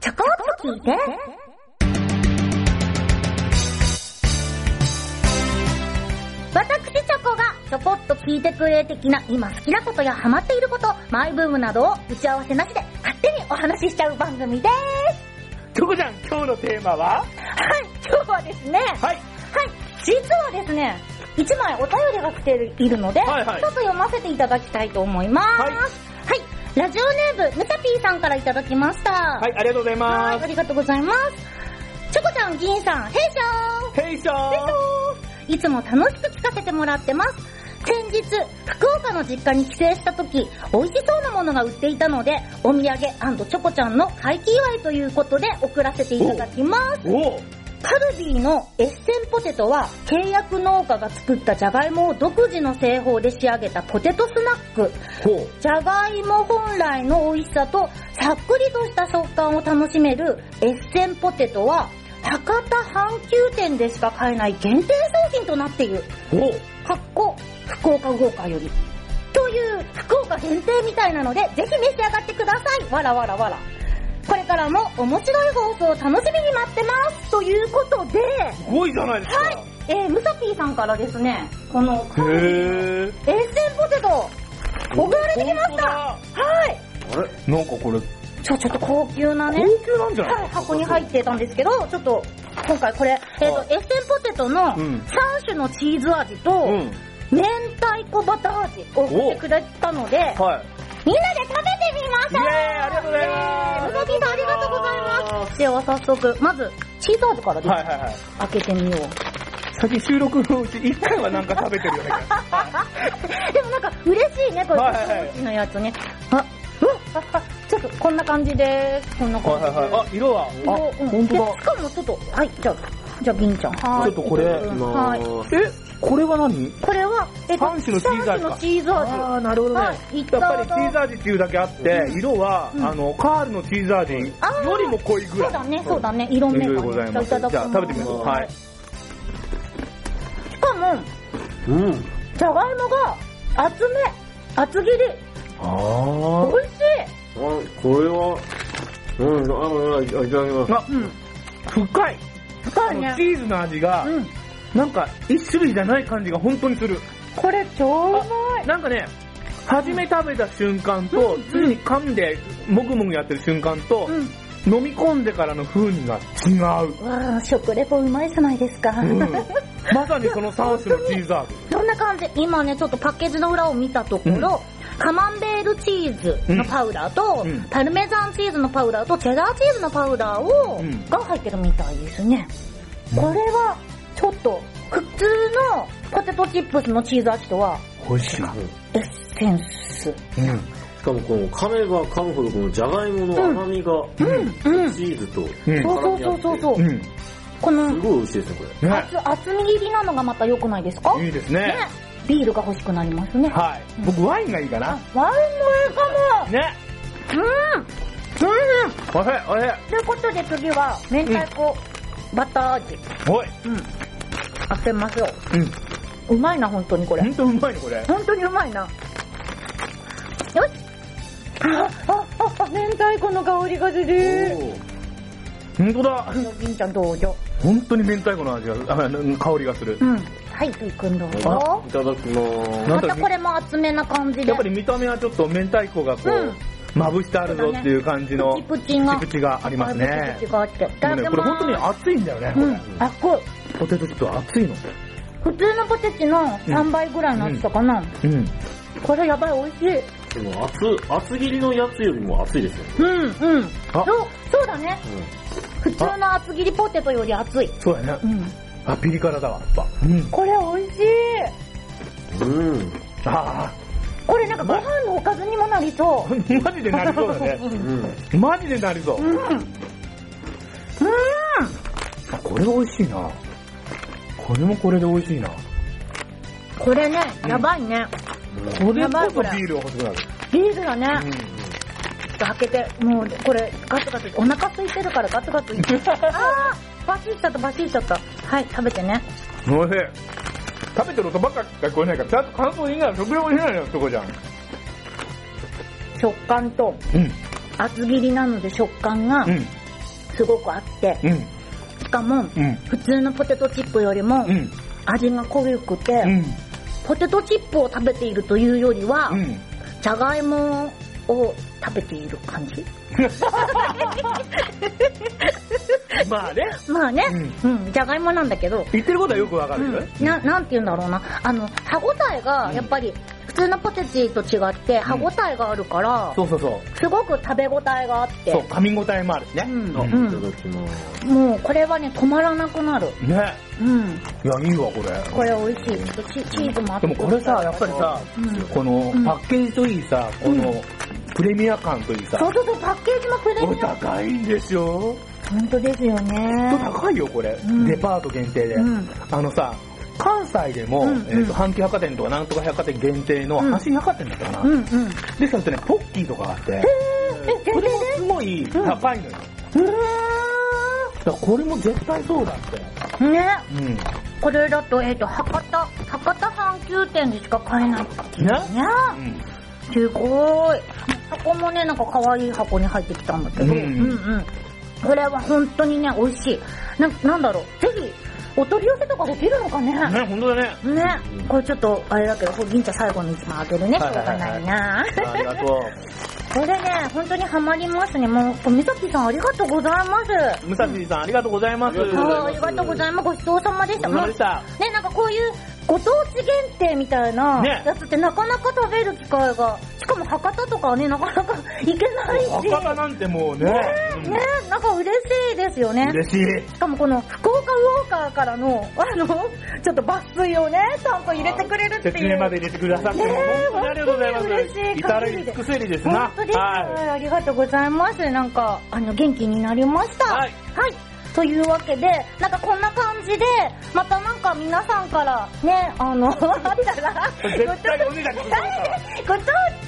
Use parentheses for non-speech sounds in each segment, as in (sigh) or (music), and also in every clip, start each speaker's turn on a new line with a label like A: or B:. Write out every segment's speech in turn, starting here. A: 聞いて。私チョコがちょこっと聞いてくれ的な今好きなことやハマっていること、マイブームなどを打ち合わせなしで勝手にお話ししちゃう番組です。
B: チョコちゃん、今日のテーマは
A: はい、今日はですね、はい、
B: はい。
A: 実はですね、1枚お便りが来ているので、
B: はいはい
A: ちょっと読ませていただきたいと思います。は
B: はいい、
A: ラジオネーム、ムタピーさんからいただきました。は、
B: はいい、ありがとうございま
A: ありがとうございます。チョコちゃん、銀さん、ヘイショー
B: す。ヘイショー
A: いつも楽しく聞かせてもらってます。先日、福岡の実家に帰省した時、美味しそうなものが売っていたので、お土産チョコちゃんの回帰祝いということで送らせていただきます。
B: おう
A: カルビーのエッセンポテトは、契約農家が作ったジャガイモを独自の製法で仕上げたポテトスナック。
B: ほ
A: じゃがいも本来の美味しさとさっくりとした食感を楽しめるエッセンポテトは博多阪急店でしか買えない限定商品となっている。
B: う。ほう。
A: かっこ福岡豪華より。という福岡限定みたいなのでぜひ召し上がってください。わらわらわら。これからも面白い放送を楽しみに待ってます。ということで、
B: すごいじゃないですか。
A: はい、えー、ムサピーさんからですね、このカルビーの
B: へー。
A: エッセンポテト送られてきました。
B: あ
A: はい。
B: れなんかこれ、
A: ちょ、ちょっと高級なね、
B: 高級なんじゃ
A: は
B: ない
A: い、箱に入ってたんですけど、ちょっと、今回これ、えっ、と、エッセンポテトの
B: うん
A: 3種のチーズ味と、
B: うん。
A: 明太子バター味を送ってくれたので、
B: はい。
A: みんなで食べてみましょう
B: イエーイありがとうございます
A: イエーイうさぎさんありがとうございますでは早速、まず、チーズ味からです。
B: はいはいはい。
A: 開けてみよう。
B: 先収録のうち1回はなんか食べてるよね。
A: (laughs) でもなんか嬉しいね、これ、
B: はいはいはい
A: チーズのやつね。あ、うわあちょっとこん (laughs) な感じです。こんな感
B: は
A: じ
B: い
A: で
B: は
A: す。
B: いはい。あ、色は、あ、
A: うん
B: 本当
A: でしかもちょっと、はい、じゃあ、じゃあ、銀ちゃん。は
B: だ。
A: い
B: ちょっとこれ、
A: うんはい。
B: え、これは何
A: これは、えっと、
B: 三種のチーズ味か
A: 三種のチーズ味。
B: あーなるほどね
A: はい、い
B: や
A: た
B: っぱりチ
A: だ
B: ーズ味っていうだけあって、色は、
A: うん
B: あの、カールのチーズ味よりも濃いぐ
A: そ
B: ら
A: う
B: い。
A: だね、そうだね、色
B: い
A: 目
B: ろい
A: が
B: ろござい
A: ね。
B: ます。じゃあ食べてみましょう。はい。。
A: しかも、
B: うん。
A: じゃがいもが厚め、厚切り、
B: ああ
A: 美味し
C: あ、これは、うん、あ、あいただきます。
B: あ、深い。
A: い。深い
B: あの
A: ね
B: チ。ーズの味が、
A: うん。
B: なんか一種類じゃない感じが本当にする。
A: これ超うまい。
B: なんかね、初め食べた瞬間と、次に噛んで、もぐもぐやってる瞬間と、
A: う
B: 飲み込んでからの風味が違
A: (laughs)
B: う。
A: ん。わあ、食レポうまいじゃないですか。 (laughs)
B: うんまさにその3種のチーズ味。
A: どんな感じ今ね、ちょっとパッケージの裏を見たところ、カマンベールチーズのパウダーと、
B: うん
A: パルメザンチーズのパウダーと、チェダーチーズのパウダーを、
B: うん
A: が入ってるみたいですね。
B: うん
A: これは、ちょっと、普通のポテトチップスのチーズ味とは、
B: 美味しい。
A: エッセンス。
B: う
C: しかもこの噛めば噛むほどこのじゃがいもの甘みが、
A: うん。
C: チーズと
B: うん
A: そ
C: 絡
A: う
C: み
A: そ
C: 合
A: う
C: って
A: そうそう。
B: ん。うん。
A: この
C: すごい美味しいですね、これ。
B: ね。
A: 厚、厚み切りなのがまた良くないですか
B: いいですね。
A: ビールが欲しくなりますね。
B: はい。僕ワインがいいかな。
A: ワインもいいかも
B: ね。
A: うんうん
B: おいしい、おいしい。
A: ということで次は、明太子、バター味。
B: おい。
A: うん。開けましょ
B: うん。
A: う。うまいな、本当にこれ。
B: 本当うまいね、これ。
A: 本当にうまいな。よしあ、あ、あ、あ明太子の香りがする。
C: おー
B: 本当だ。
A: 銀ちゃんどうぞ。
B: 本当に明太子の味が、あの香りがする。
A: うん。はい、といくんどうぞ
C: あい。ただきま
B: な
A: ま
B: んだろう
A: たこれも厚めな感じで。
B: やっぱり見た目はちょっと明太子がこ
A: うん
B: う、まぶしてあるぞっていう感じの、
A: プチプチが
B: プチプチがありますね
A: プチプ。チがあって。い
B: で
A: た
B: も
A: だきま
B: ね、
A: す。
B: これ本当に熱いんだよね。
A: うん。あ、こう。
B: ポテトチップは熱いの。
A: 普通のポテチの3倍ぐらいの厚さかな。
B: うん。
A: これやばい、美味しい。
C: す。でも厚、厚切りのやつよりも熱いですよね。
A: うん、うん。そう
B: あ、
A: そうだね。普通の厚切りポテトより厚い。
B: そうや
A: う
B: ね。
A: ん。
B: あ、ピリ辛だわ、やっぱ。うん。
A: これ美味しい。
C: うん。うん。
B: あ
A: これなんかご飯のおかずにもなりそ
B: あ、 (laughs) マジでなりそうだね。
C: うん。
B: マジでなりそ
A: (laughs) 。
B: う
A: うん。う
B: う。
A: ん。
B: あこれ美味しいな。これもこれで美味しいな。
A: これね、やばいね。
B: これ
A: や
B: こ
A: ばい
B: そ
A: これ
B: ビールを欲しくなる。
A: ビールだね。ちょっと開けて、もうこれガツガツ、お腹空いてるからガツガツい
B: (laughs)
A: っちゃう。あー、バシッちゃった、バシッちゃった。はい、食べてね。
B: うん。おいしい。食べてる音ばっか聞こえないから、ちゃんと感想言いながら食料美味しいのよ、そこじゃん。
A: 食感と、
B: うん。
A: 厚切りなので食感が
B: う、ん。
A: すごくあって、
B: うん。
A: しかも、
B: うん
A: 普通のポテトチップよりも、
B: うん。
A: 味が濃ゆくて、
B: うん。
A: ポテトチップを食べているというよりは、
B: うん。
A: じゃがいもを食べている感じ
B: まあね。
A: (laughs) まあね、うん、じゃがいもなんだけど、
B: 言ってることはよくわかるよね。
A: うん、ななんて言うんだろうなあの歯ごたえがやっぱり普通のポテチと違って歯ごたえがあるから、
B: そうそうそう。
A: すごく食べ応えがあって
B: そう、噛み応えもあるしね。
A: うん
B: う
C: あい
B: ん
C: ただきます。
A: もうこれはね止まらなくなる
B: ね。いや、
A: うん
B: いいわ、これ。
A: これ美味しいちょっとチチーズもあっ
B: で
A: て
B: もこれさ、やっぱりさ、
A: うん
B: この
A: うん
B: パッケージといいさ、こ
A: う
B: のプレミア感といいさ、
A: そうそうそうパッケージもプレ
B: お
A: ミアム
B: 高いんですよ。
A: 本当ですよ
B: ちょっ
A: ね
B: と高いよ、これ
A: ん。
B: デパート限定で
A: うん。
B: あのさ、関西でも
A: うん、
B: えーと阪急百貨店とかなんとか百貨店限定の
A: うん
B: 阪神百貨店だったか
A: うん
B: な。
A: うん
B: で、それとね、ポッキーとかがあって、
A: え全
B: そ
A: 然
B: れ
A: ね
B: もすごい高いのよ。だからこれも絶対そうだって。
A: うーんね
B: うん。ね
A: これだとえっ、と博多博多阪急店でしか買えないね
B: うん。
A: すごい。箱もね、なんか可愛い箱に入ってきたんだけど、
B: う
A: うんんうん。これは本当にね、美味しい。な、なんだろう。ぜひ、お取り寄せとかできるのかね。
B: ね、本当だね。
A: ね。これちょっと、あれだけど、銀ちゃん最後に一枚あげるね。しょ
B: は
A: う
B: いはいは
A: が
B: いは
A: ないいな。
B: ありがと
A: これね、本当にハマりますね。もう、美咲さんありがとうございます。
B: う。武蔵さん、ありがとうございます。
C: ありがとうござい
A: はい、ありがとうございます。ごちそうさまでした。
B: ごちそうさ
A: もう
B: まで
A: ね、なんかこういうご当地限定みたいな
B: ね
A: やつってなかなか食べる機会が、しかも博多とかはね、なかなか (laughs) 行けないし。
B: 博多なんてもうね、
A: ね、なんか嬉しいですよね。
B: 嬉しい。
A: しかもこの福岡ウォーカーからの、あの、ちょっと抜粋をね、ちゃんと入れてくれるっていう。
B: 説明まで入れてくださって、
A: ねえ
B: 本当にありがとうございま
A: 本
B: す。
A: 当に嬉しい
B: 至る尽くせりですな。
A: 本当です、
B: は
A: ありがとうございます。なんか、あの、元気になりました。
B: はい
A: というわけで、なんかこんな感じで、またなんか皆さんから、ね、あの、あ (laughs) ったら、
B: い。絶対お値段が
A: (laughs) ご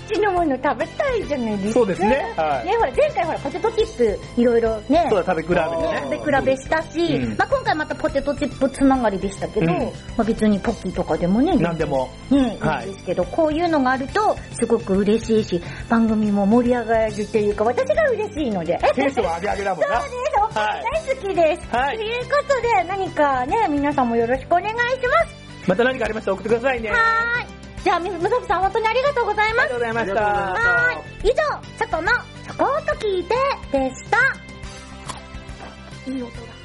A: 当地のもの食べたいじゃないですか。
B: そうですねはい
A: ね、ほら、前回ほら、ポテトチップ、いろいろね、
B: そうだ、食べ比べ
A: ね
B: てね。
A: 食べ比べしたし、
B: うん
A: まあ、今回またポテトチップつながりでしたけど、
B: うん
A: まあ、別にポッキーとかでもね、
B: なんでも。
A: ね、
B: はい
A: いいですけど、こういうのがあると、すごく嬉しいし、番組も盛り上がるっていうか、私が嬉しいので。
B: テンション上げ上げだもんな。
A: そうです。お二
B: はい
A: 人大好きです。
B: はい
A: ということで、何かね、皆さんもよろしくお願いします。
B: また何かありましたら送ってくださいね。あ
A: はーい。じゃあ、みむさぶさん、本当にありがとうございま
B: りがと
A: す。
B: うございまし
C: あ
B: た。
A: はーい。以上、佐藤のちょこっと聞いてでした。いい音だ。